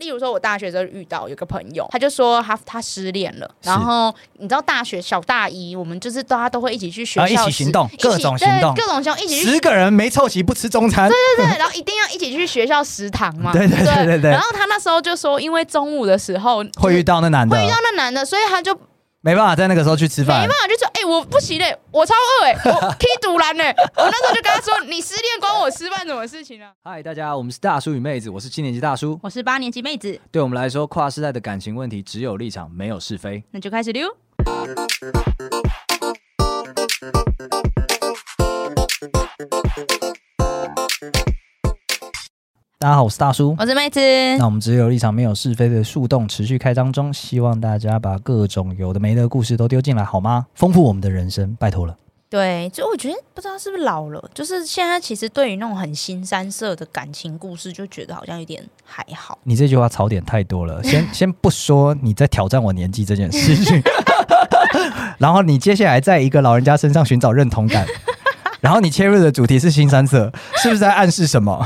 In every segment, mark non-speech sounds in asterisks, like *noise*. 例如说，我大学的时候遇到有个朋友，他就说他他失恋了，是然后你知道大学小大一，我们就是大家都会一起去学然校啊后一起实行动一起各种行动对各种行动一起去十个人没凑齐不吃中餐，对对，然后一定要一起去学校食堂嘛。 *laughs* 对对对对对然后他那时候就说，因为中午的时候嗯会遇到那男的会，遇到那男的，所以他就没没办法在那个时候去吃办饭。法，就说：“哎、我不行嘞、我超饿哎、我踢独篮嘞。”欸我那时候就跟他说：“你失恋关我吃饭什么事情啊嗨，大家，我们是大叔与妹子，我是七年级大叔？”。我是八年级妹子，对我们来说，跨世代的感情问题只有立场，没有是非。那就开始溜。大家好，我是大叔。我是妹子，那我们只有立场，没有是非的树洞持续开张中，希望大家把各种有的没的故事都丢进来，好吗？丰富我们的人生，拜托了。对，就我觉得不知道是不是老了，就是现在其实对于那种很新三色的感情故事，就觉得好像有点还好。你这句话槽点太多了，先 *laughs* 先不说你在挑战我年纪这件事情， *laughs* 然后你接下来在一个老人家身上寻找认 *laughs* 同感，然后你切入的主题是新三色，是不是在暗示什么？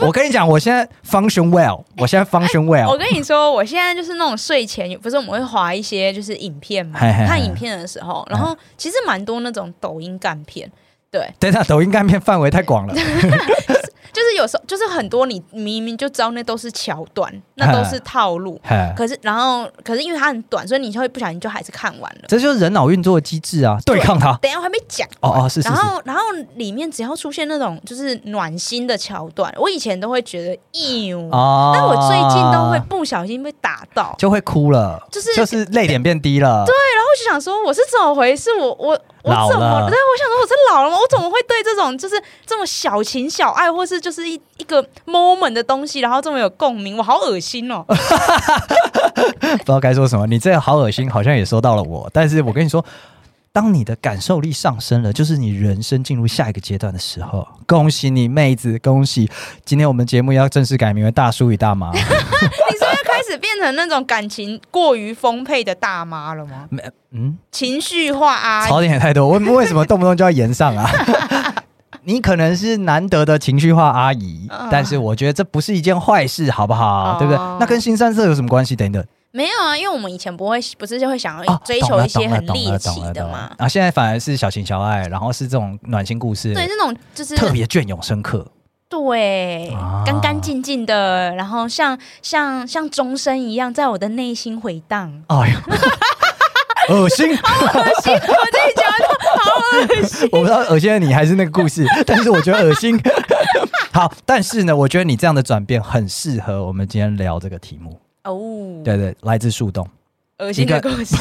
*laughs* 我跟你讲，我现在 function well，我现在 function 哎我 well，跟你说，我现在就是那种睡前，不是我们会划一些就是影片嘛，嘿嘿嘿看影片的时候，然后其实蛮多那种抖音干片，对，等一下抖音干片范围太广 *laughs* 了，就是有时候就是很多你明明就知道那都是桥段，那都是套路，嘿可是然后可是因为它很短，所以你就会不小心就还是看完了。这就是人脑运作的机制啊，对抗它。等一下我还没讲，哦哦，是是然是，后然后里面只要出现那种就是暖心的桥段，我以前都会觉得哟，哦，但我最近都会不小心被打到。就会哭了，就是就是泪点变低了，对，然后我就想说，我是怎么回事？我我老我怎么？了对，我想说我是老了吗？我怎么会对这种就是这么小情小爱，或是就是一一个 moment 的东西，然后这么有共鸣？我好恶心 *laughs* 哦！不知道该说什么。你这个好恶心，好像也说到了我，但是我跟你说。当你的感受力上升了，就是你人生进入下一个阶段的时候。恭喜你，妹子！恭喜！今天我们节目要正式改名为《大叔与 *laughs* 大妈》你是不是开始变成那种感情过于丰沛的大妈了吗？没。嗯，情绪化啊，槽点也太多，为为什么动不动就要延上啊？你可能是难得的情绪化阿姨， *laughs* 嗯但是我觉得这不是一件坏事，好不好？哦对不对？那跟新三色有什么关系？等等没有啊，因为我们以前不会，不是就会想要啊，哦追懂求了一些懂了很懂了猎奇懂了的懂了嘛？啊，现在反而是小情小爱，然后是这种暖心故事，对，那种就是特别隽永深刻。对啊，干干净净的，然后像像像钟声一样，在我的内心回荡。 *laughs* 哎呀， *laughs* 恶 *laughs* 心！恶心，我自己讲的好恶 *laughs* 心。我不知道恶心的你还是那个故事， *laughs* 但是我觉得恶心。 *laughs* 好，但是呢，我觉得你这样的转变很适合我们今天聊这个题目。哦，对对，来自 *laughs* 树洞，恶心的故事。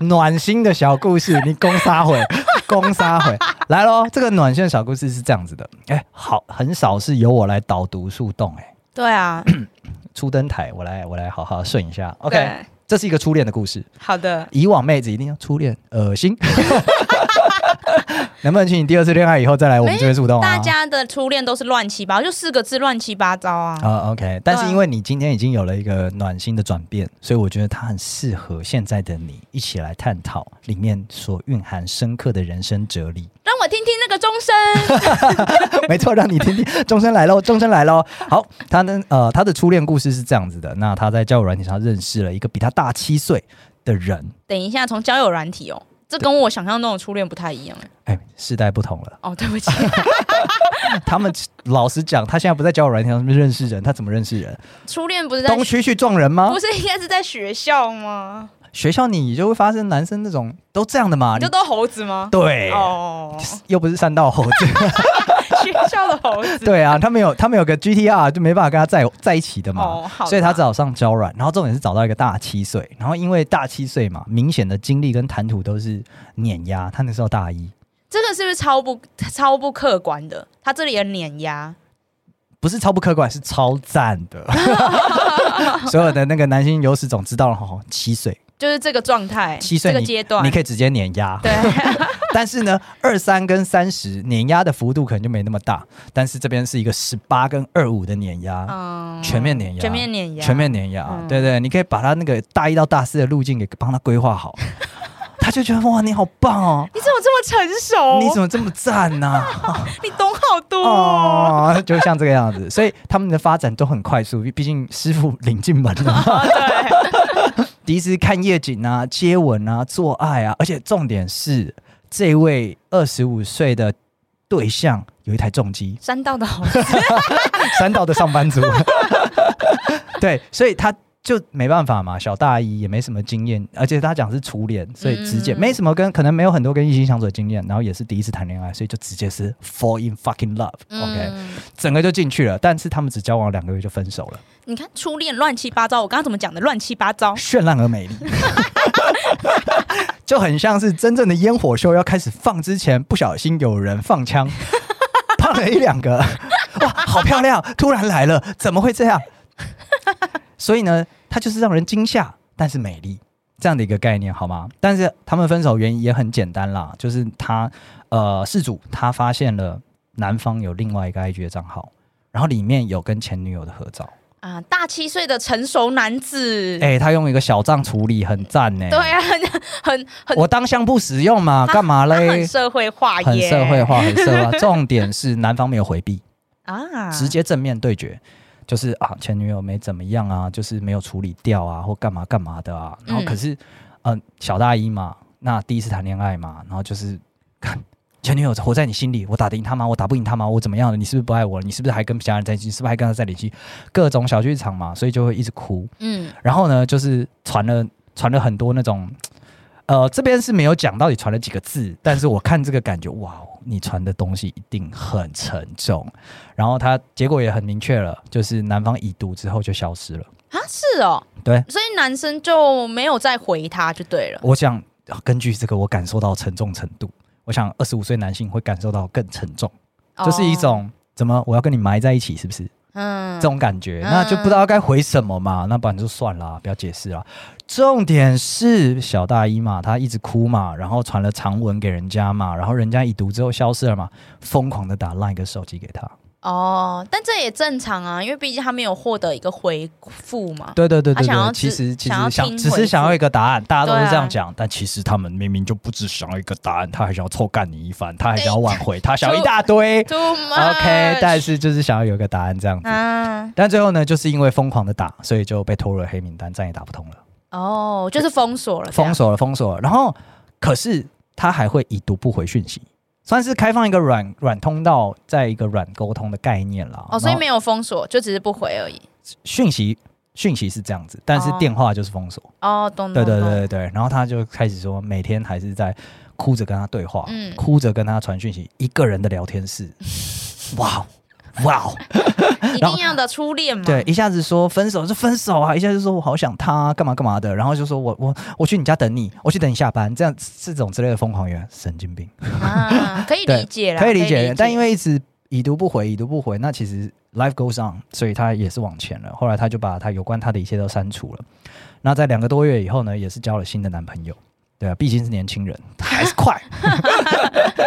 暖心的小故事，你攻杀回， *laughs* 攻杀回来喽。这个暖心的小故事是这样子的，哎，好，很少是由我来导读树洞，哎，对 *laughs* 啊初登台，我来，我来好好顺一下。OK，对这是一个初恋的故事。好的，以往妹子一定要初恋，恶心。 *laughs* 能不能请你第二次恋爱以后再来我们这边树洞啊？大家的初恋都是乱七八，就四个字乱七八糟啊。啊、o k 但是因为你今天已经有了一个暖心的转变，所以我觉得它很适合现在的你一起来探讨里面所蕴含深刻的人生哲 *laughs* 理。让我听听那个钟声， *laughs* 没错，让你听听钟声来喽，钟声来喽。好，他呢，呃，他的初恋故事是这样子的，那他在交友软体上认识了一个比他大七岁的人，等一下从交友软体哦，这跟我想象中的初恋不太一样哎。哎，世代不同了。哦，对不 *laughs* 起，他们老实讲，他现在不在交友软体上面认识人，他怎么认识人？初恋不是在东啊区去撞人吗不？是应该是在学校吗？学校你就会发生男生那种都这样的嘛，你就啊你都猴子吗？对，哦，又不是三道猴 *laughs* 子，学校的猴子。对啊，他们有他们有个 GTR 就没办法跟他在在一起的嘛，哦，好啦，所以他只好上交软，然后重点是找到一个大七岁，然后因为大七岁嘛，明显的经历跟谈吐都是碾压，他那时候大一，这个是不是超不超不客观的？他这里有碾压，不是超不客观，是超赞 *laughs* 的，所有的那个男性有史总知道了吼，七岁就是这个状态，七岁这个你阶段，你可以直接碾压， *laughs* 对， *laughs* 但是呢，二三跟三十碾压的幅度可能就没那么大，但是这边是一个十八跟二五的碾压，嗯全面碾压全面碾压，全面碾压，嗯对对，你可以把他那个大一到大四的路径给帮他规划好。他就觉得哇，你好棒哦，你怎么这么成熟？你怎么这么赞呐、你懂好多、哦。哦，就像这个样子，所以他们的发展都很快速，毕竟师傅领进门了。 *laughs* 对， *laughs* 迪斯看夜景啊、接吻啊、做爱啊，而且重点是，这位二十五岁的对象有一台重机，山道的好，三道的上班族。 *laughs* 对，所以他就没办法嘛，小大一也没什么经验，而且他讲是初恋，所以直接、嗯没什么跟可能没有很多跟异性相处的经验，然后也是第一次谈恋爱，所以就直接是 fall in fucking love，OK，、嗯，整个就进去了。但是他们只交往两个月就分手了，你看初恋乱七八糟，我刚刚怎么讲的乱七八糟？绚烂而美丽。 *laughs* 就很像是真正的烟火秀要开始放之前，不小心有人放枪，胖了一两个，哇，好漂亮！突然来了，怎么会这样？所以呢，它就是让人惊吓，但是美丽这样的一个概念，好吗？但是他们分手原因也很简单啦，就是他呃，事主他发现了男方有另外一个 IG 的账号，然后里面有跟前女友的合照，啊，大七岁的成熟男子，哎、他用一个小账处理，很赞呢、对啊， *laughs* 很很很我当相不使用嘛，他干嘛他嘞很？社会化耶，很社 *laughs* 会化，很社会化。重点是男方没有回避，啊，直接正面对决，就是啊前女友没怎么样啊，就是没有处理掉啊，或干嘛干嘛的啊。然后可是，嗯、小大一嘛，那第一次谈恋爱嘛，然后就是 *laughs* 看前女友活在你心里，我打得赢她吗？我打不赢她吗？我怎么样了？你是不是不爱我了？你是不是还跟其他人在一起？你是不是还跟她在联系？各种小剧场嘛，所以就会一直哭。嗯然后呢，就是传了传了很多那种，呃，这边是没有讲到底传了几个字，但是我看这个感觉，哇，你传的东西一定很沉重。然后他结果也很明确了，就是男方已读之后就消失了。啊是哦，对，所以男生就没有再回他就对了。我想啊根据这个，我感受到沉重程度，我想二十五岁男性会感受到更沉重，就是一种。怎么？我要跟你埋在一起，是不是哦嗯这种感觉？嗯那就不知道该回什么嘛。那不然就算了，不要解释了。重点是小大一嘛，她一直哭嘛，然后传了长文给人家嘛，然后人家已读之后消失了嘛，疯狂的打 LINE 跟手机给她。哦，但这也正常啊，因为毕竟他没有获得一个回复嘛。对对对他对想要对，知其实其想要实想听只回是想要复一个答案，大家都对是啊这样讲，但其实他们明明就不只想要一个答案，他还想要臭干你一 *laughs* 番，他还想要挽回，他想要一大 *laughs* 堆。 Too much。 OK，但是就是想要有一个答案这样子。啊，但最后呢，就是因为疯狂的打，所以就被拖入了黑名单，再也打不通了，哦，就是封锁了，封。锁了，封锁了。然后，可是他还会已读不回讯息，算是开放一个软软通道，在一个软沟通的概念啦。哦，所以然后没有封锁，就只是不回而已。讯息讯息是这样子，但是哦电话就是封锁。哦，懂对懂对对懂。对对，然后他就开始说，每天还是在哭着跟他对话，嗯哭着跟他传讯息，一个人的聊 *laughs* 天室，哇哦哇哦，嗯一然后定要的初恋嘛。对，一下子说分手就分手啊，一下就说我好想他、啊干嘛干嘛的，然后就说我我我去你家等你，我去等你下班，这样这种之类的疯狂言，神经病，啊，可以对理解啦，可以理解，但因为为一直已读不回，已读不回，那其实 life goes on，所以他也是往前了。后来他就把他有关他的一切都删除了。那在两个多月以后呢，也是交了新的男朋友。对啊，毕竟是年轻人，还是快，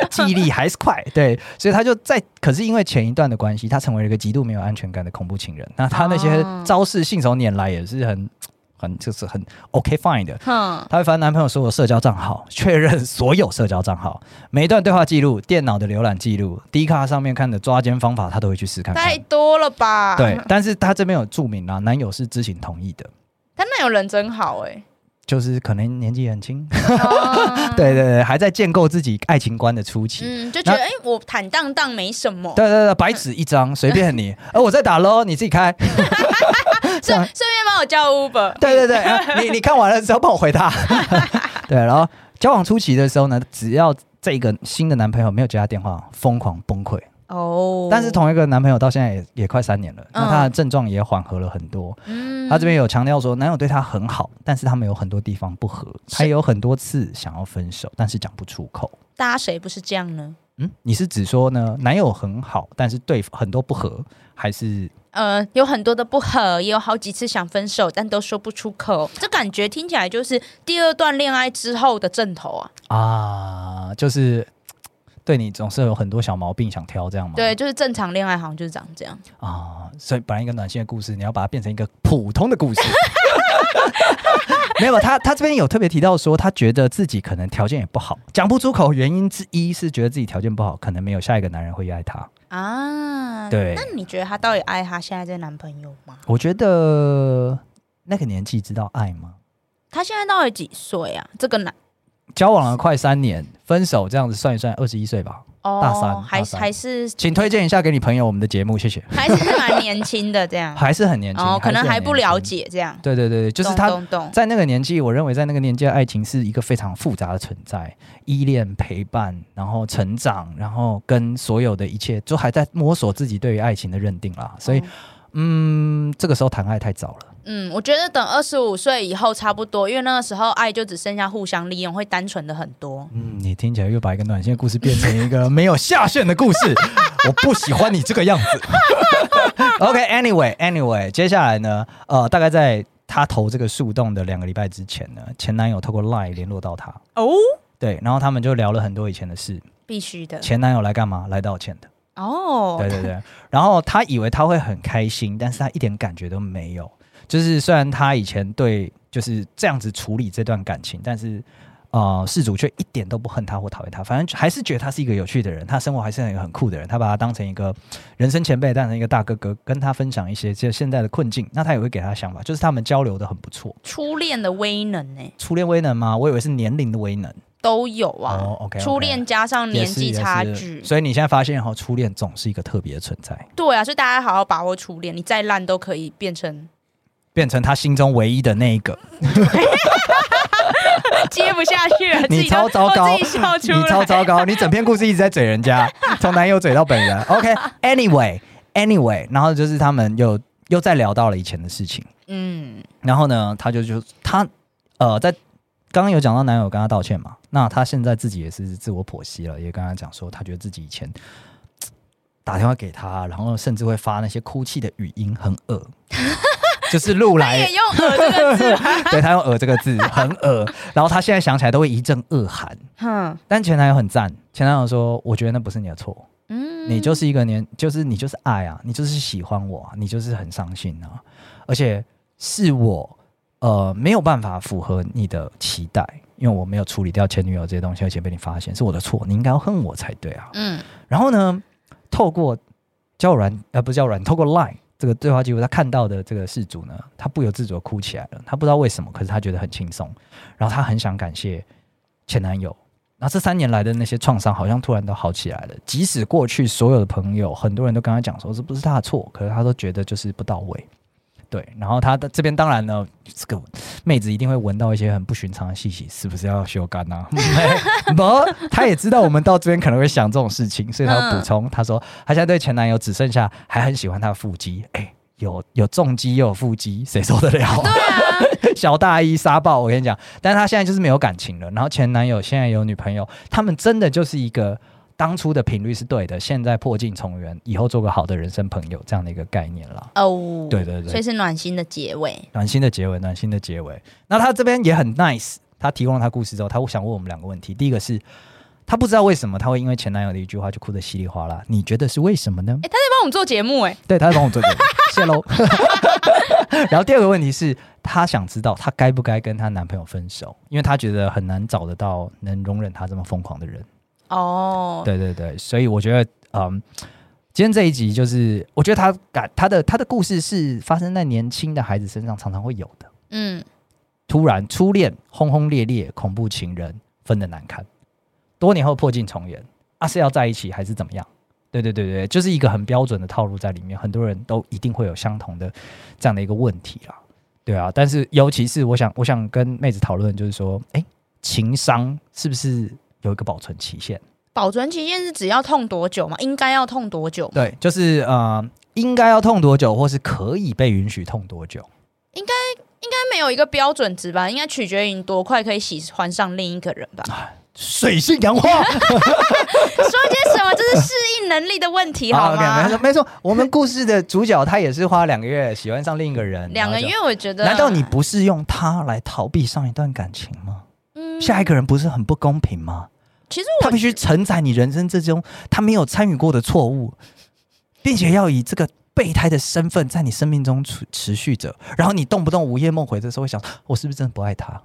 记忆力还是快。对，所以他就在，可是因为前一段的关系，他成为了一个极度没有安全感的恐怖情人。那他那些哦招式信手拈来也是很、很就是很 OK fine 的。哼，她会翻男朋友所有社交账号，确认所有社交账号，每一段对话记录、电脑的浏览记录、D 卡上面看的抓奸方法，她都会去试看太看。多了吧？对，，但是她这边有注明啦，男友是知情同意的，但那有人真好 *laughs* 哎。就是可能年纪也很轻，哦 *laughs* 对对对，还在建构自己爱情观的初期。嗯，就觉得哎，我坦荡荡没什么。对对对，白纸一张，嗯随 *laughs* 便你。而我在打喽，你自己开。顺这样顺便帮我叫 Uber。对对对，啊你你看完了之后帮我回他。 *laughs* 对，然后交往初期的时候呢，只要这个新的男朋友没有接他电话，疯狂崩溃。哦，但是同一个男朋友到现在也也快三年了，那嗯他的症状也缓和了很多。嗯他这边有强调说，男友对他很好，但是他们有很多地方不合，是他也有很多次想要分手，但是讲不出口。大家谁不是这样呢？嗯，你是指说呢，男友很好，但是对很多不合，还是呃，有很多的不合，也有好几次想分手，但都说不出口。这感觉听起来就是第二段恋爱之后的阵头啊。啊，就是嘖对你总是有很多小毛病想挑这样吗？对，就是正常恋爱好像就是长这样。哦啊，所以本来一个暖心的故事，你要把它变成一个普通的故事。 *laughs* 没有，他他这边有特别提到说，他觉得自己可能条件也不好，讲不出口。原因之一是觉得自己条件不好，可能没有下一个男人会爱他。啊，对那你觉得她到底爱她现在这男朋友吗？我觉得那个年纪知道爱吗？她现在到底几岁啊？这个男交往了快三年，分手这样子算一算，二十一岁吧。哦，大三还大三还是请推荐一下给你朋友我们的节目，谢谢。还是蛮年轻的这样， *laughs* 还是很年轻，哦，可能是很还不年轻了。解这样，对对对，对就是懂他懂懂在那个年纪，我认为在那个年纪，爱情是一个非常复杂的存在，依恋、陪伴，然后成长，然后跟所有的一切，就还在摸索自己对于爱情的认定啦。所以，嗯，这个时候谈爱太早了。嗯，我觉得等二十五岁以后差不多，因为那个时候爱就只剩下互相利用，会单纯的很多。嗯，你听起来又把一个暖心的故事变成一个没有下限的故事，我不喜欢你这个样子。OK，Anyway，Anyway，、接下来呢，呃，大概在她投这个树洞的两个礼拜之前呢，前男友透过 Line 联络到她，哦，对，然后他们就聊了很多以前的事。必须的。前男友来干嘛？来道歉的。哦，对对对。然后他以为他会很开心，但是他一点感觉都没有。就是虽然他以前对就是这样子处理这段感情，但是呃，事主却一点都不恨他或讨厌他，反正还是觉得他是一个有趣的人，他生活还是很很酷的人，他把他当成一个人生前辈，当成一个大哥哥，跟他分享一些这现在的困境，那他也会给他想法，就是他们交流的很不错。初恋的威能呢、欸初恋威能吗？我以为是年龄的威能。都有啊。哦，OK，OK 初恋加上嗯也年是纪差也是距，所以你现在发现哈，初恋总是一个特别的存在。对啊，所以大家好好把握初恋，你再烂都可以变 *laughs* 成变成他心中唯一的那一个。接不下去了，你自己都超糟糕我自己 *laughs* 笑出你来，超糟糕，你整篇故事一直在嘴人 *laughs* 家，从男友嘴到本人。OK，Anyway，Anyway，、然后就是他们又又再聊到了以前的事情，嗯，然后呢，他就就他呃，在刚刚有讲到男友跟他道歉嘛，那他现在自己也是自我剖析了，也跟他讲说，他觉得自己以前。打电话给他，然后甚至会发那些哭泣的语音，很恶， *laughs* 就是录来也用嗯恶这个字， *laughs* 对他用“恶”这个字，很恶。然后他现在想起来都会一阵恶寒。哼，但前男友很赞，前男友说：“我觉得那不是你的错，嗯，你就是一个年，就是你就是爱啊，你就是喜欢我、啊，你就是很伤心啊，而且是我呃没有办法符合你的期待，因为我没有处理掉前女友这些东西，而且被你发现是我的错，你应该要恨我才对啊。嗯，然后呢，透过交友软呃不是交友软，透过 Line 这个对话记录，他看到的这个事主呢，他不由自主地哭起来了。他不知道为什么，可是他觉得很轻松，然后他很想感谢前男友。然后这三年来的那些创伤，好像突然都好起来了。即使过去所有的朋友，很多人都跟他讲说这不是他的错，可是他都觉得就是不到位。对，然后他的这边当然呢，这个妹子一定会闻到一些很不寻常的信息，是不是要修干啊？ *laughs* 不，她也知道我们到这边可能会想这种事情，所以她要补充，她说她现在对前男友只剩下还很喜欢他的腹肌，哎、有有重肌又有腹肌，谁受得了？ *laughs* 小大一杀爆，我跟你讲，但是她现在就是没有感情了，然后前男友现在有女朋友，他们真的就是一个。当初的频率是对的，现在破镜重圆，以后做个好的人生朋友这样的一个概念啦。哦，对对对所以是暖心的结尾，暖心的结尾，暖心的结尾。那他这边也很 nice，他提供了他故事之后，他想问我们两个问题。第一个是，他不知道为什么他会因为前男友的一句话就哭得稀里哗啦，你觉得是为什么呢？哎、他在帮我们做节目、哎，对，他在帮我做这个，谢喽。 *laughs* 然后第二个问题是，她想知道她该不该跟她男朋友分手，因为她觉得很难找得到能容忍她这么疯狂的人。哦，对对对，所以我觉得，嗯，今天这一集就是，我觉得他感他的他的故事是发生在年轻的孩子身上，常常会有的。嗯，突然初恋轰轰烈烈，恐怖情人分的难看，多年后破镜重圆，啊是要在一起还是怎么样？对对对对，就是一个很标准的套路在里面，很多人都一定会有相同的这样的一个问题啦。对啊，但是尤其是我想，我想跟妹子讨论，就是说，哎，情商是不是有一个保存期限？保存期限是只要痛多久嘛？应该要痛多久？对，就是呃，应该要痛多久，或是可以被允许痛多久？应该没有一个标准值吧？应该取决于你多快可以喜欢上另一个人吧？水性杨花。说些什么？这是适应能力的问 *laughs* 题，好啊，OK，没吗？错没错，我们故事的主角他也是花两个月喜欢上另一个人，两个然后月，我觉就。得，难道你不是用他来逃避上一段感情吗？下一个人不是很不公平吗？嗯其实他我必须承载你人生之中他没有参与过的错误，并且要以这个备胎的身份在你生命中持持续着，然后你动不动午夜梦回的时候会想，我是不是真的不爱他？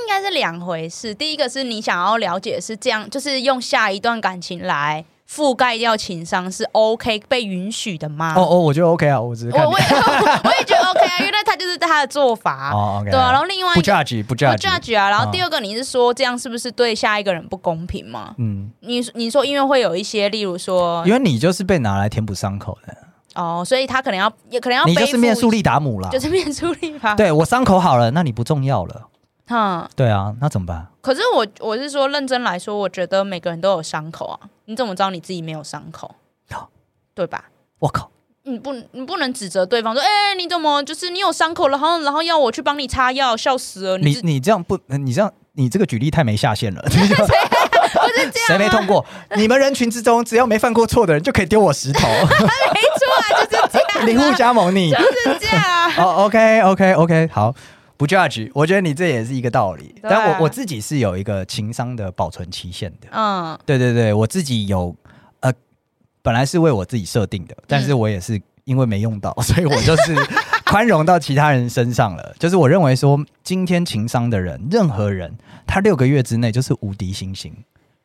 应该是两回事。第一个是你想要了解是这样，就是用下一段感情来覆盖掉情伤是 OK 被允许的吗？哦哦，我觉得 OK 啊，我只是我看你我也 *laughs* 我也觉得 OK 啊，因为那他就是他的做法，哦，OK，对啊。然后另外一不个 judge 不不 judge， judge 啊，然后嗯第二个你是说这样是不是对下一个人不公平吗？嗯，你你说因为会有一些，例如说因为你就是被拿来填补伤口的，哦，所以他可能要也可能要你就背是负面苏利达姆啦就。是面书立法，对我伤口好了，那你不重要了。嗯。对啊，那怎么办？可是我我是说，认真来说，我觉得每个人都有伤口啊。你怎么知道你自己没有伤口好？对吧？我哦靠，你不你不能指责对方说，哎、你怎么就是你有伤口了，然后然后要我去帮你擦药，笑死了！你自你这样不，你这样你这个举例太没下 *laughs* 限了。你就啊谁没痛过？你们人群之中，只要没犯过错的人，就可以丢我石 *laughs* 头。 *laughs* 没错啊，就是这样、啊，零互加盟你。 *laughs* 就是这样啊。哦，OK OK OK，好，不 judge，我觉得你这也是一个道理。对啊但我我自己是有一个情商的保存期限的。嗯，对对对，我自己有呃，本来是为我自己设定的，但是我也是因为没用到， *laughs* 所以我就是宽容到其他人身上了。就是我认为说，今天情商的人，任何人，他六个月之内就是无敌星星。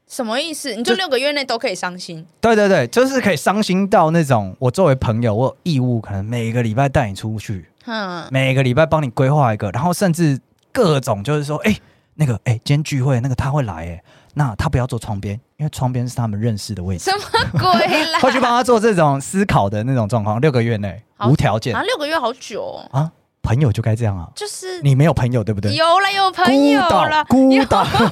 什么意思？你就就六个月内都可以伤心？对对对，就是可以伤心到那种，我作为朋友，我有义务可能每个礼拜带你出去，嗯，每个礼拜帮你规划一个，然后甚至各种就是说，哎、那个哎、今天聚会那个他会来、哎，那他不要坐窗边，因为窗边是他们认识的位置，什么鬼 *laughs* 啦？会去帮他做这种思考的那种状况。六个月内好无条件啊，六个月好久、哦，啊，朋友就该这样啊，就是你没有朋友对不对？有了有朋友了，孤岛，孤岛，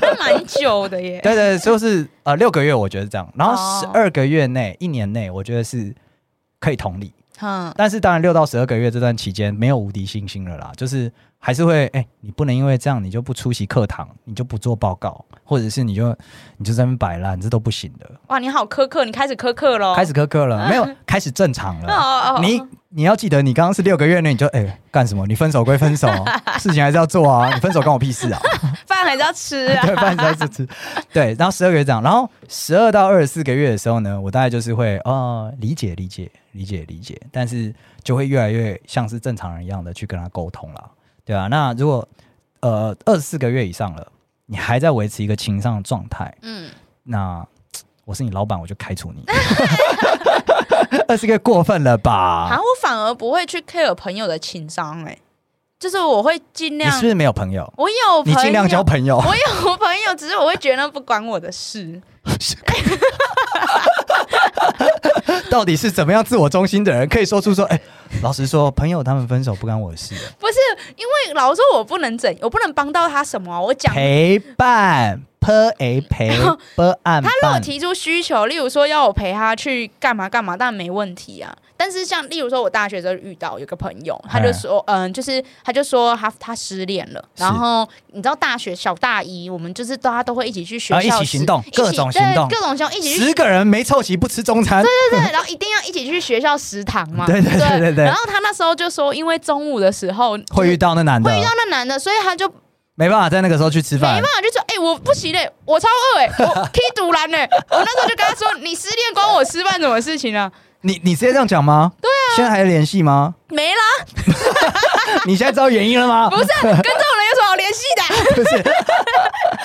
那蛮久的耶。 *laughs* 对对，就是呃六个月，我觉得这样，然后哦十二个月内、一年内，我觉得是可以同理。嗯，但是当然，六到十二个月这段期间没有无敌信心了啦，就是还是会哎、你不能因为这样你就不出席课堂，你就不做报告，或者是你就你就在那边摆烂，这都不行的。哇，你好苛刻，你开始苛刻喽。开始苛刻了，没有开始正常 *laughs* 哦了。哦，哦嗯你你要记得，你刚刚是六个月内你就哎干、什么？你分手 *laughs* 归分手，事情还是要做啊。你分手关我屁事啊！饭还是要吃啊。对，半小时吃。 *laughs* 对，然后十二个月这样，然后十二到二十四个月的时候呢，我大概就是会哦理解理解理解理解，但是就会越来越像是正常人一样的去跟他沟通啦，对啊，那如果呃二十四个月以上了，你还在维持一个情商的状态，嗯，那我是你老板，我就开除你。 *laughs* 二十个月过分了啊，吧？我反而不会去 care 朋友的情商，哎，就是我会尽你量是不，是没有朋友？我有朋你友，尽量交朋友。我有朋友，只是我会觉得那不关我的事。 *laughs* 到底是怎么样自我中心的人，可以说出说，哎、老实说，朋友他们分手不干我的事，不是因为老实说我不能整，我不能帮到他什么啊、我 *laughs* 讲陪伴，p 陪陪伴，他如果提出需求，例如说要我陪他去干嘛干嘛，当然没问题啊。但是像例如说，我大学的时候遇到有个朋友，他哎就说，嗯，就是他就说他他失恋了，是然后你知道大学小大一，我们就是大家都会一起去学校啊一起实行动一起各种对行动各种行动一起去。十个人没凑齐不吃中餐，对对，然后一定要一起去学校食堂嘛。 *laughs* 对对对对对然后他那时候就说，因为中午的时候会遇到那男的会，遇到那男的，所以他就没办法在那个时候去吃没办饭。法，就说哎、我不行嘞、我超饿哎、 *laughs* 我踢独篮嘞。我那时候就跟他说，你失恋关我吃饭什么事情啊？你你直接这样讲吗？对啊，现在还联 *laughs* 系吗？没啦，你现在知道原因了吗不？是跟这种人有什么好联系的？ *laughs*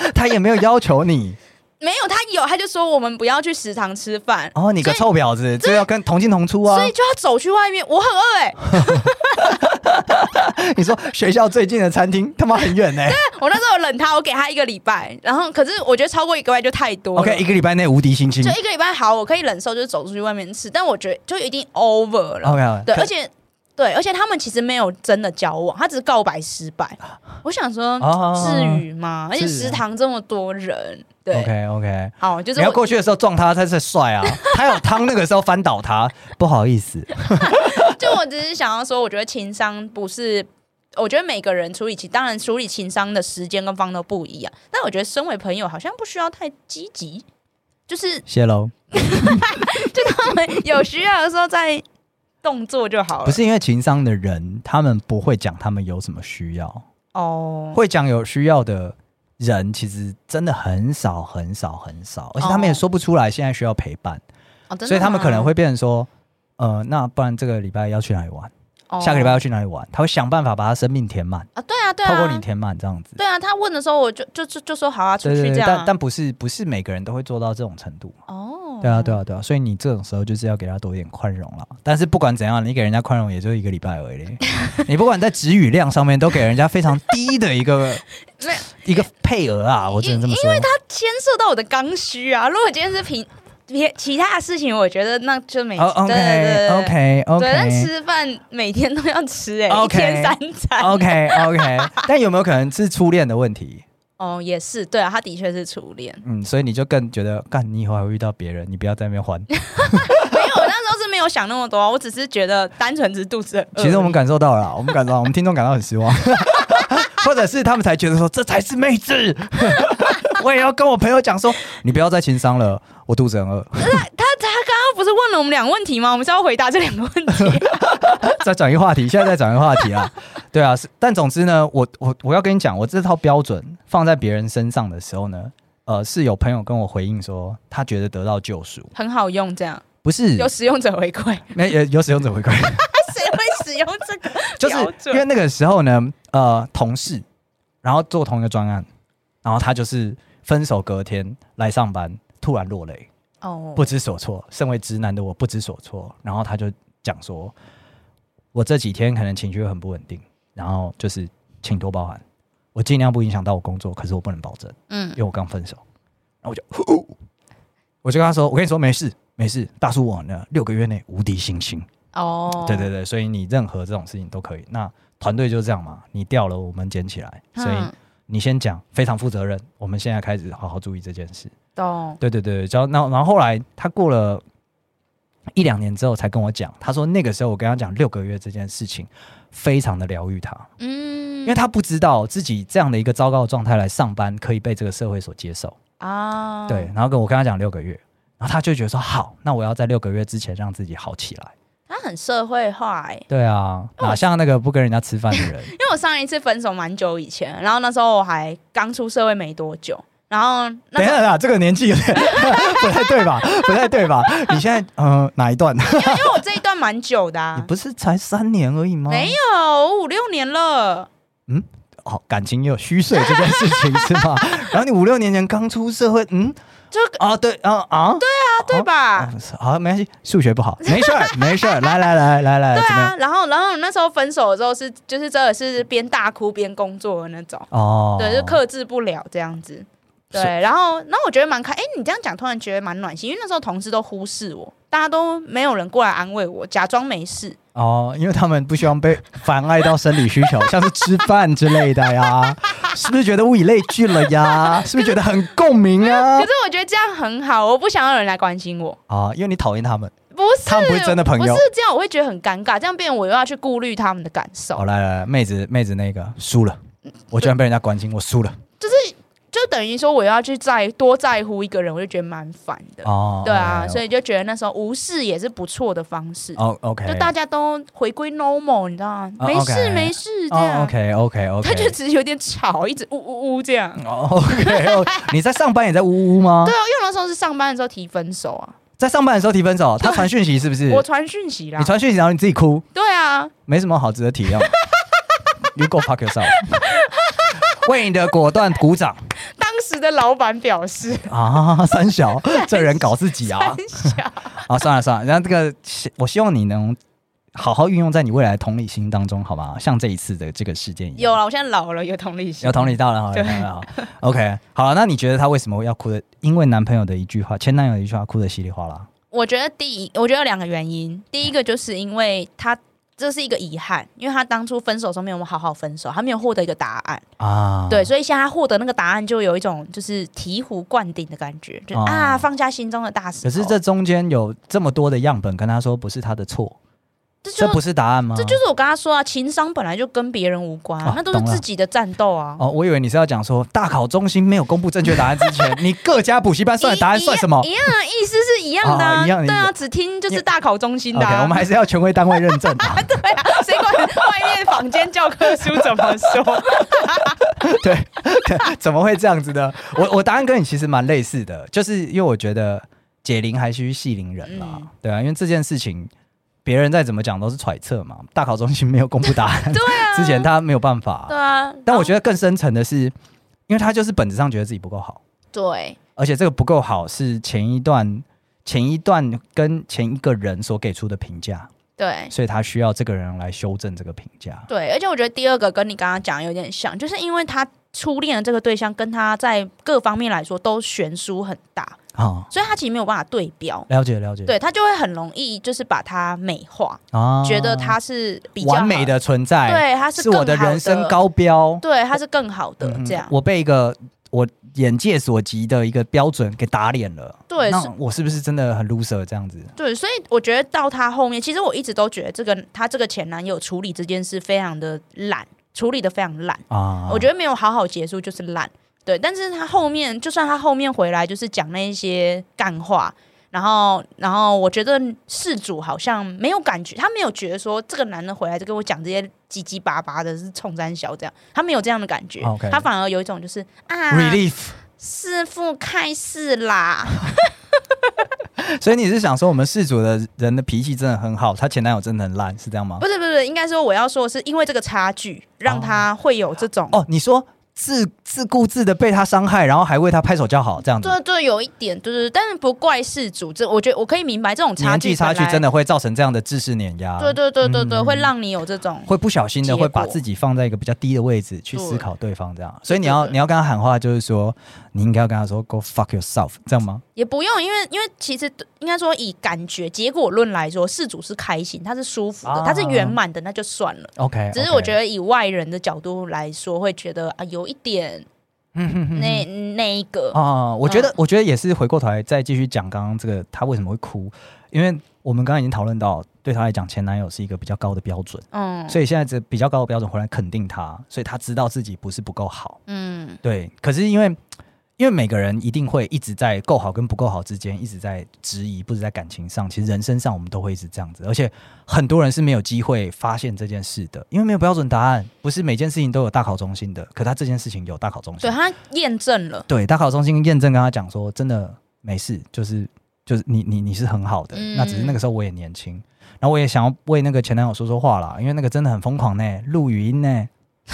*laughs* 不是，他也没有要求你没有，他有，他就说我们不要去食堂吃饭，哦，你个臭婊子，就要跟同进同出啊所以！就要走去外面。我很饿哎、你说学校最近的餐厅他妈很远呢。 *laughs* 我那时候有忍他，我给他一个礼拜，然后可是我觉得超过一个礼拜就太多了。 OK，一个礼拜内无敌星星就。一个礼拜好，我可以忍受，就是走出去外面吃，但我觉得就一定 over 了。 OK，对，可而且对，而且他们其实没有真的交往，他只是告白失败。我想说，啊哦至于吗？而且是食堂这么多人，对， OK OK，好，就是你要我过去的时候撞他，他是帅 *laughs* 啊。他有汤那个时候翻倒他，不好意思。就我只是想要说，我觉得情商不是。我觉得每个人处理情，当然处理情商的时间跟方都不一样。但我觉得身为朋友，好像不需要太积极，就是 *laughs* 谢喽。他们有需要的时候再动作就好了。不是因为情商的人，他们不会讲他们有什么需要，哦，会讲有需要的人，其实真的很少很少很少，而且他们也说不出来现在需要陪伴，哦哦真的所以他们可能吗会变成说，呃，那不然这个礼拜要去哪里玩？哦下个礼拜要去哪里玩？他会想办法把他生命填满，啊，对啊，对透过你啊，填满这样子。对啊，他问的时候，我就就就就说好啊，出对去对这对，样但啊。但不是不是每个人都会做到这种程度嘛。哦，对啊，对啊，对啊，所以你这种时候就是要给他多一点宽容了。但是不管怎样，你给人家宽容也就一个礼拜而已。 *laughs* 你不管在词语量上面都给人家非常低的一个 *laughs* 没有一个配额啊，我只能这么说。牵涉到我的刚需啊。如果今天是平别其他的事情，我觉得那就没。哦对对对对对，，OK 但 OK 吃饭每天都要吃、欸，哎 OK 一哦天三餐。 OK OK，但有没有可能是初恋的问题？哦，也是，对啊，他的确是初恋。 *laughs* 嗯，所以你就更觉得，干，你以后还会遇到别人，你不要在那边还。没有，我那时候是没有想那么多啊，我只是觉得单纯只是肚子很饿。其实我们感受到了啦，我们感受到，我们听众感到很失望， *laughs* 或者是他们才觉得说这才是妹子。 *laughs* 我也要跟我朋友讲说，你不要再情商了，我肚子很饿。 *laughs* 他他刚刚不是问了我们两个问题吗？我们是要回答这两个问题。 *laughs* 再转移话题，现在再转移话题啊， *laughs* 对啊。是但总之呢，我我我要跟你讲，我这套标准放在别人身上的时候呢，呃，是有朋友跟我回应说，他觉得得到救赎，很好用，这样不是有使用者回 *laughs* 馈，没有有使用者回馈，谁会使用这个就是标因准为那个时候呢，呃，同事，然后做同一个专案，然后他就是分手隔天来上班，突然落泪，哦不知所措。身为直男的我不知所措，然后他就讲说，我这几天可能情绪很不稳定，然后就是请多包涵，我尽量不影响到我工作，可是我不能保证，嗯因，为我刚分手。然后我就， *laughs* 我就跟他说，我跟你说没事没事，大叔我呢六个月内无敌星星。哦，对对对，所以你任何这种事情都可以。那团队就这样嘛，你掉了我们捡起来，嗯，所以你先讲，非常负责任。我们现在开始好好注意这件事。懂，对对对，然后然后然后后来他过了一两年之后才跟我讲，他说那个时候我跟他讲六个月这件事情，非常的疗愈他，嗯，因为他不知道自己这样的一个糟糕的状态来上班可以被这个社会所接受。啊，对，，然后跟我跟他讲六个月，然后他就觉得说好，那我要在六个月之前让自己好起来。他很社会化哎、对啊，哪像 *laughs* 那个不跟人家吃饭的人。因为我上一次分手蛮久以前，然后那时候我还刚出社会没多久，然后那等一时候下啦，这个年纪有 *laughs* 点不太对吧？不太对吧？你现在呃哪一段？你因为我这一段蛮久的、啊，不是才三年而已吗？没有我五六年了，哦，感情也有虚岁这件事情是 *laughs* 吗？然后你五六年前刚出社会，嗯，就啊对啊啊，对啊对吧？啊，是好没关系，数学 *laughs* 不好，没事儿没事儿，来来来来来，对怎么样？啊，然后然后那时候分手的时候是就是真的是边大哭边工作的那种，哦，对，就克制不了这样子。对是，然后，然后我觉得蛮开，哎，你这样讲突然觉得蛮暖心，因为那时候同事都忽视我，大家都没有人过来安慰我，假装没事。哦，因为他们不希望被妨碍到生理需求，像是吃饭之类的 *laughs* 呀，是不是觉得物以类聚了呀？是不是觉得很共鸣啊可？是我觉得这样很好，我不想要有人来关心我，啊，因为你讨厌他们。不是，他们不是真的朋友不是这样，我会觉得很尴尬，这样变我又要去顾虑他们的感好、受，来来来，妹子妹子那个输了，嗯我居然被人家关心，我输了就等于说我又要去在多在乎一个人，我就觉得蛮烦的。哦。 *laughs* 对啊，所以以就觉得那时候无视也是不错的方式，哦 OK，就大家都回归 normal，你知道吗？哦没事、 OK 没事这样。哦 OK OK OK，他就只是有点吵，一直呜呜呜这样。哦 OK，哦你在上班也在呜呜吗对？啊，因为我那时候是上班的时候提分手啊，在上班的时候提分手，他传讯息是不是？我传讯息啦你。传讯息然后你自己哭，对啊，没什么好值 *laughs* 得体谅的。You go fuck yourself。为你的果断鼓掌当时的老板表示啊！三小，这人搞自 *laughs* 己啊！很小，啊，算了算了，然后这个希我希望你能好好运用在你未来的同理心当中，好吧？像这一次的这个事件一样。有了，我现在老了，有同理心，有同理到了，好，有对同理到了好，OK，好了，那你觉得她为什么要哭的？因为男朋友的一句话，前男友的一句话，哭的稀里哗啦。我觉得第一，我觉得有两个原因，第一个就是因为他这是一个遗憾，因为他当初分手的时候没有好好分手，他没有获得一个答案，啊，对，，所以现在他获得那个答案，就有一种就是醍醐灌顶的感觉，就、哦啊放下心中的大石头。可是这中间有这么多的样本跟他说不是他的错，这这就不是答案吗？这就是我跟他说啊，情商本来就跟别人无关、啊那都是懂了自己的战斗啊。哦，我以为你是要讲说大考中心没有公布正确答案之前，你各家补习班算的答案算什么一一样啊，意思是一样的、啊啊一样的意思对啊，只听就是大考中心的、 ？OK，啊。我们还是要权威单位认证。对啊， *laughs* 谁管外面坊间教科书怎么 *laughs* 说？对， *laughs* 怎么会这样子呢？我我答案跟你其实蛮类似的，就是因为我觉得解铃还须系铃人啦，嗯对啊，因为这件事情别人再怎么讲都是揣测嘛，大考中心没有公布答案，对啊，之前他没有办法。对啊，但我觉得得更深层的是，因为他就是本质上觉得自己不够好，对而且这个不够好是前一段前一段跟前一个人所给出的评价，对所以他需要这个人来修正这个评价。哎对，而且我觉得第二个跟你刚刚讲的有点像，就是因为他初恋的这个对象跟他在各方面来说都悬殊很大，啊、所以他其实没有办法对标，了解了解。对他就会很容易就是把它美化，啊觉得他是比较好完美，的存在，对，他是是我更的好人生，高标。对，他是更好的嗯这样，我被一个我眼界所及的一个标准给打脸了。对那是我是不是真的很 loser 这样子？对，所以我觉得到他后面，其实我一直都觉得这个他这个前男友处理这件事非常的懒，处理的非常烂。啊，我觉得没有好好结束就是烂，对。但是他后面，就算他后面回来，就是讲那一些干话，然后，然后我觉得事主好像没有感觉，他没有觉得说这个男的回来就跟我讲这些叽叽巴巴的，是冲三小这样，他没有这样的感觉哦 OK 他反而有一种就是啊 *laughs* relief。师傅开始啦，所以你是想说，我们事主的人的脾气真的很好，她前男友真的很烂，是这样吗？不是不是，不是应该说我要说的是因为这个差距，让他会有这种。哦，你说自自顾自的被他伤害，然后还为他拍手叫好，这样子对，对，有一点，对对，对但是不怪事主，这我觉得我可以明白这种差年距纪差距本来真的会造成这样的自视碾压。对对对对对，嗯会让你有这种会不小心结的会把果自己放在一个比较低的位置去对思考对方这样，所以对你要对你要跟他喊话，就是说你应该要跟他说 “Go fuck yourself” 这样吗？也不用，因为因为其实应该说以感觉结果论来说，事主是开心，他是舒服的，啊哎他是圆满的，那就算了。 OK，只是我觉 *laughs* 得以外人的角度来说，会觉得啊有一点那那一个嗯啊、我觉得、嗯我觉得也是回过头来再继续讲刚刚这个他为什么会哭，因为我们刚刚已经讨论到，对他来讲前男友是一个比较高的标准，嗯所以现在这比较高的标准回来肯定他，所以他知道自己不是不够好，嗯对，可是因为。因为每个人一定会一直在够好跟不够好之间一直在质疑，不止在感情上，其实人生上我们都会一直这样子。而且很多人是没有机会发现这件事的，因为没有标准答案，不是每件事情都有大考中心的。可他这件事情有大考中心对，他验证了， *laughs* 对，大考中心验证跟他讲说，真的没事，就是就是你你你是很好的，嗯那只是那个时候我也年轻，然后我也想要为那个前男友说说话啦，因为那个真的很疯狂呢，录语音呢，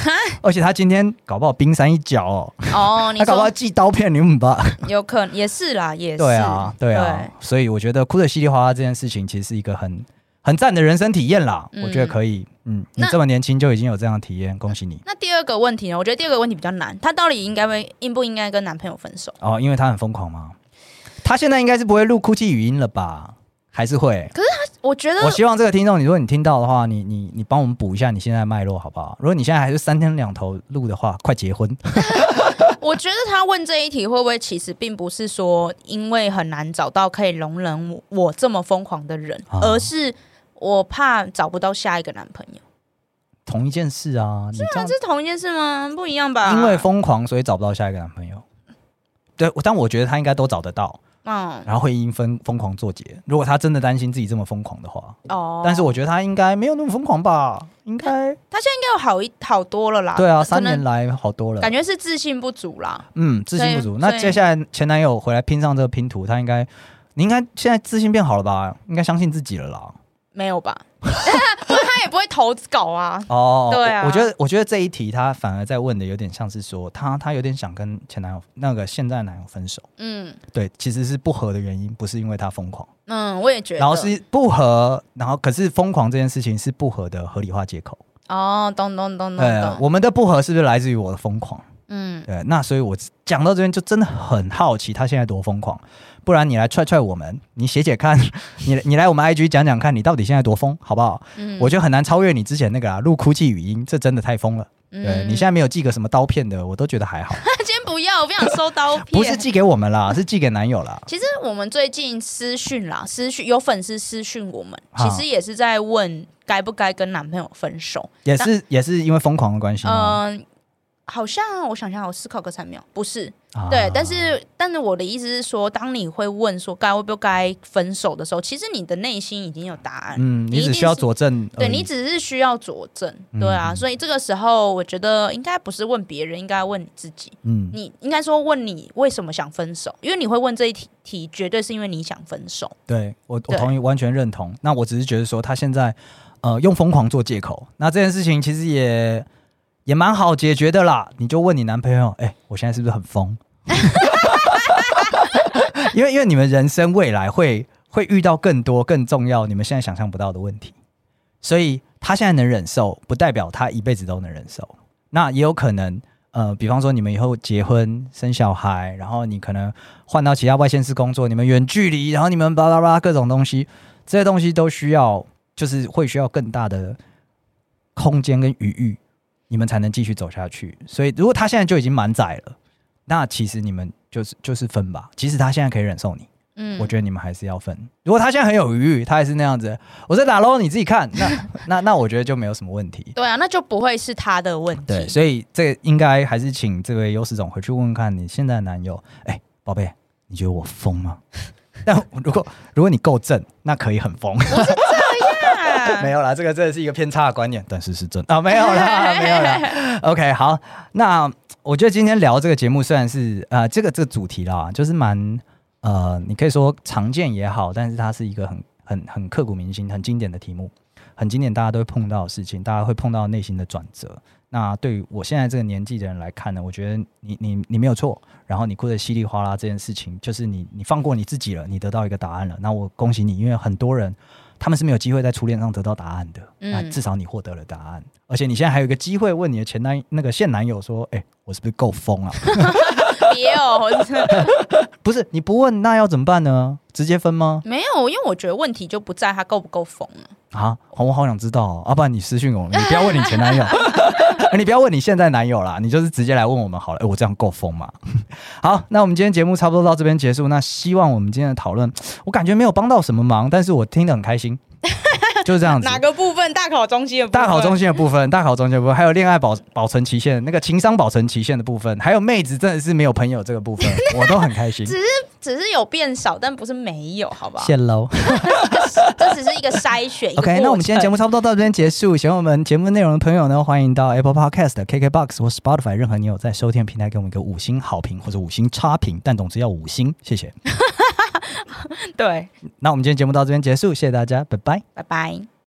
*laughs* 而且他今天搞不好冰山一角哦，哦，你 *laughs* 他搞不好说寄刀片你们吧？有可能也是啦，也是 *laughs* 对啊，对啊，所以我觉得哭的稀里哗啦这件事情，其实是一个很。很赞的人生体验啦，我觉得嗯可以。嗯，你那这么年轻就已经有这样的体验，恭喜你那第二个问题呢？我觉得第二个问题比较难，他到底应该会应不应该跟男朋友分手？哦！因为他很疯狂嘛，他现在应该是不会录哭泣语音了吧？还是会？我觉得我希望这个听众，你如果你听到的话，你你你帮我们补一下你现在的脉络好不好？如果你现在还是三天两头录的话，快结婚 *laughs* 我觉得他问这一题会不会其实并不是说因为很难找到可以容忍我我这么疯狂的人，啊而是我怕找不到下一个男朋友，同一件事啊，你这样这是啊同一件事吗？不一样吧？因为疯狂，所以找不到下一个男朋友。对，我但我觉得他应该都找得到，嗯然后会因疯疯狂作结。如果他真的担心自己这么疯狂的话，哦，但是我觉得他应该没有那么疯狂吧？应该他现在应该有好一好多了啦，对啊，可三年能来好多了感。觉是自信不足啦，嗯，自信不所足。以那所以接下来前男友回来拼上这个拼图，他应该你应该现在自信变好了吧？应该相信自己了啦。没有吧？ *laughs* 不然他也不会投稿啊，哦，对啊我我觉得我觉得这一题他反而在问的有点像是说，他他有点想跟前男友那个现在男友分手，嗯对，其实是不合的原因，不是因为他疯狂，嗯，我也觉得，然后是不合，然后可是疯狂这件事情是不合的合理化借口。哦，懂懂懂懂对，啊懂，呃我们的不合是不是来自于我的疯狂？嗯对，那所以我讲到这边就真的很好奇他现在多疯狂，不然你来踹踹我们，你写写看， *laughs* 你你来我们 IG 讲讲看你到底现在多疯，好不好？嗯，我觉得很难超越你之前那个啊，录哭泣语音，这真的太疯了。对嗯你现在没有寄个什么刀片的，我都觉 *laughs* 得还好，在 *laughs* 今天不要，我不想收刀片，不是寄给我们啦，是 *laughs* 寄给男友啦。其实我们最近私讯啦，私讯有粉丝私讯我们，啊其实也是在问该不该跟男朋友分手。啊也是也是因为疯狂的关系吗？嗯、好像我想想，我思考个三秒，不是啊嗯对，但是但是我的意思是说，当你会问说该不该分手的时候，其实你的内心已经有答案，嗯，你你一只定需要是佐证嗯而已，嗯对你只是需要佐证，对啊，所以这个时候我觉得应该不是问别人，应该问你自己，嗯你应该说问你为什么想分手，因为你会问这一题，题绝对是因为你想分手，对我我对同意，完全认同。那我只是觉得说，他现在呃用疯狂做借口，那这件事情其实也也蛮好解决的啦。你就问你男朋友，哎、我现在是不是很疯？ *laughs* 因为因为你们人生未来会会遇到更多更重要你们现在想象不到的问题，所以他现在能忍受，不代表他一辈子都能忍受。那也有可能，呃，比方说你们以后结婚生小孩，然后你可能换到其他外县市工作，你们远距离，然后你们巴拉巴拉各种东西，这些东西都需要，就是会需要更大的空间跟余裕，你们才能继续走下去。所以，如果他现在就已经满载了，那其实你们就是就是分吧。即使他现在可以忍受你，嗯，我觉得你们还是要分。如果他现在很有余裕，他还是那样子，我在打喽，你自己看。那 *laughs* 那那我觉得就没有什么问题。对啊，那就不会是他的问对， *laughs* 题，所以这个应该还是请这位优势总回去问问看你现在的男友，哎、宝贝，你觉得我疯吗？ *laughs* 但如果如果你够正，那可以很疯。啊没有啦，这个真的是一个偏差的观念，但是是真啊，没有啦，没有啦。OK，好，那我觉得今天聊这个节目虽然是呃这个这个主题啦，就是蛮呃你可以说常见也好，但是它是一个很很很刻骨铭心、很经典的题目，很经典，大家都会碰到的事情，大家会碰到内心的转折。那对于我现在这个年纪的人来看呢，我觉得你你你没有错，然后你哭得稀里哗啦这件事情，就是你你放过你自己了，你得到一个答案了。那我恭喜你，因为很多人他们是没有机会在初恋上得到答案的。嗯那至少你获得了答案，而且你现在还有一个机会问你的前男那个现男友说：“哎、我是不是够疯啊？”别哦，我真的不是，你不问那要怎么办呢？直接分吗？没有，因为我觉得问题就不在他够不够疯了。啊，好我好想知道、哦，要、不然你私讯我，你不要问你前男友， *laughs* 你不要问你现在男友啦，你就是直接来问我们好了。哎、我这样够疯吗？ *laughs* 好，那我们今天节目差不多到这边结束。那希望我们今天的讨论，我感觉没有帮到什么忙，但是我听得很开心，就是这样子。 *laughs* 哪个部分？大考中心的部分大考中心的部分，大考中心的部分，还有恋爱保保存期限，那个情商保存期限的部分，还有妹子真的是没有朋友这个部分，我都很开 *laughs* 心。只只是有变少，但不是没有，好不好？谢喽。这只是一个筛选。一个 OK，那我们今天节目目差不多到这边结束。喜欢我们节目内容的朋友呢，欢迎到 Apple Podcast、KKBox 或 Spotify 任何你有在收听的平台给我们一个五星好评或者五星差评，但总之要五星，谢谢。对，那我们今天节目到这边结束，谢谢大家，拜拜。拜拜。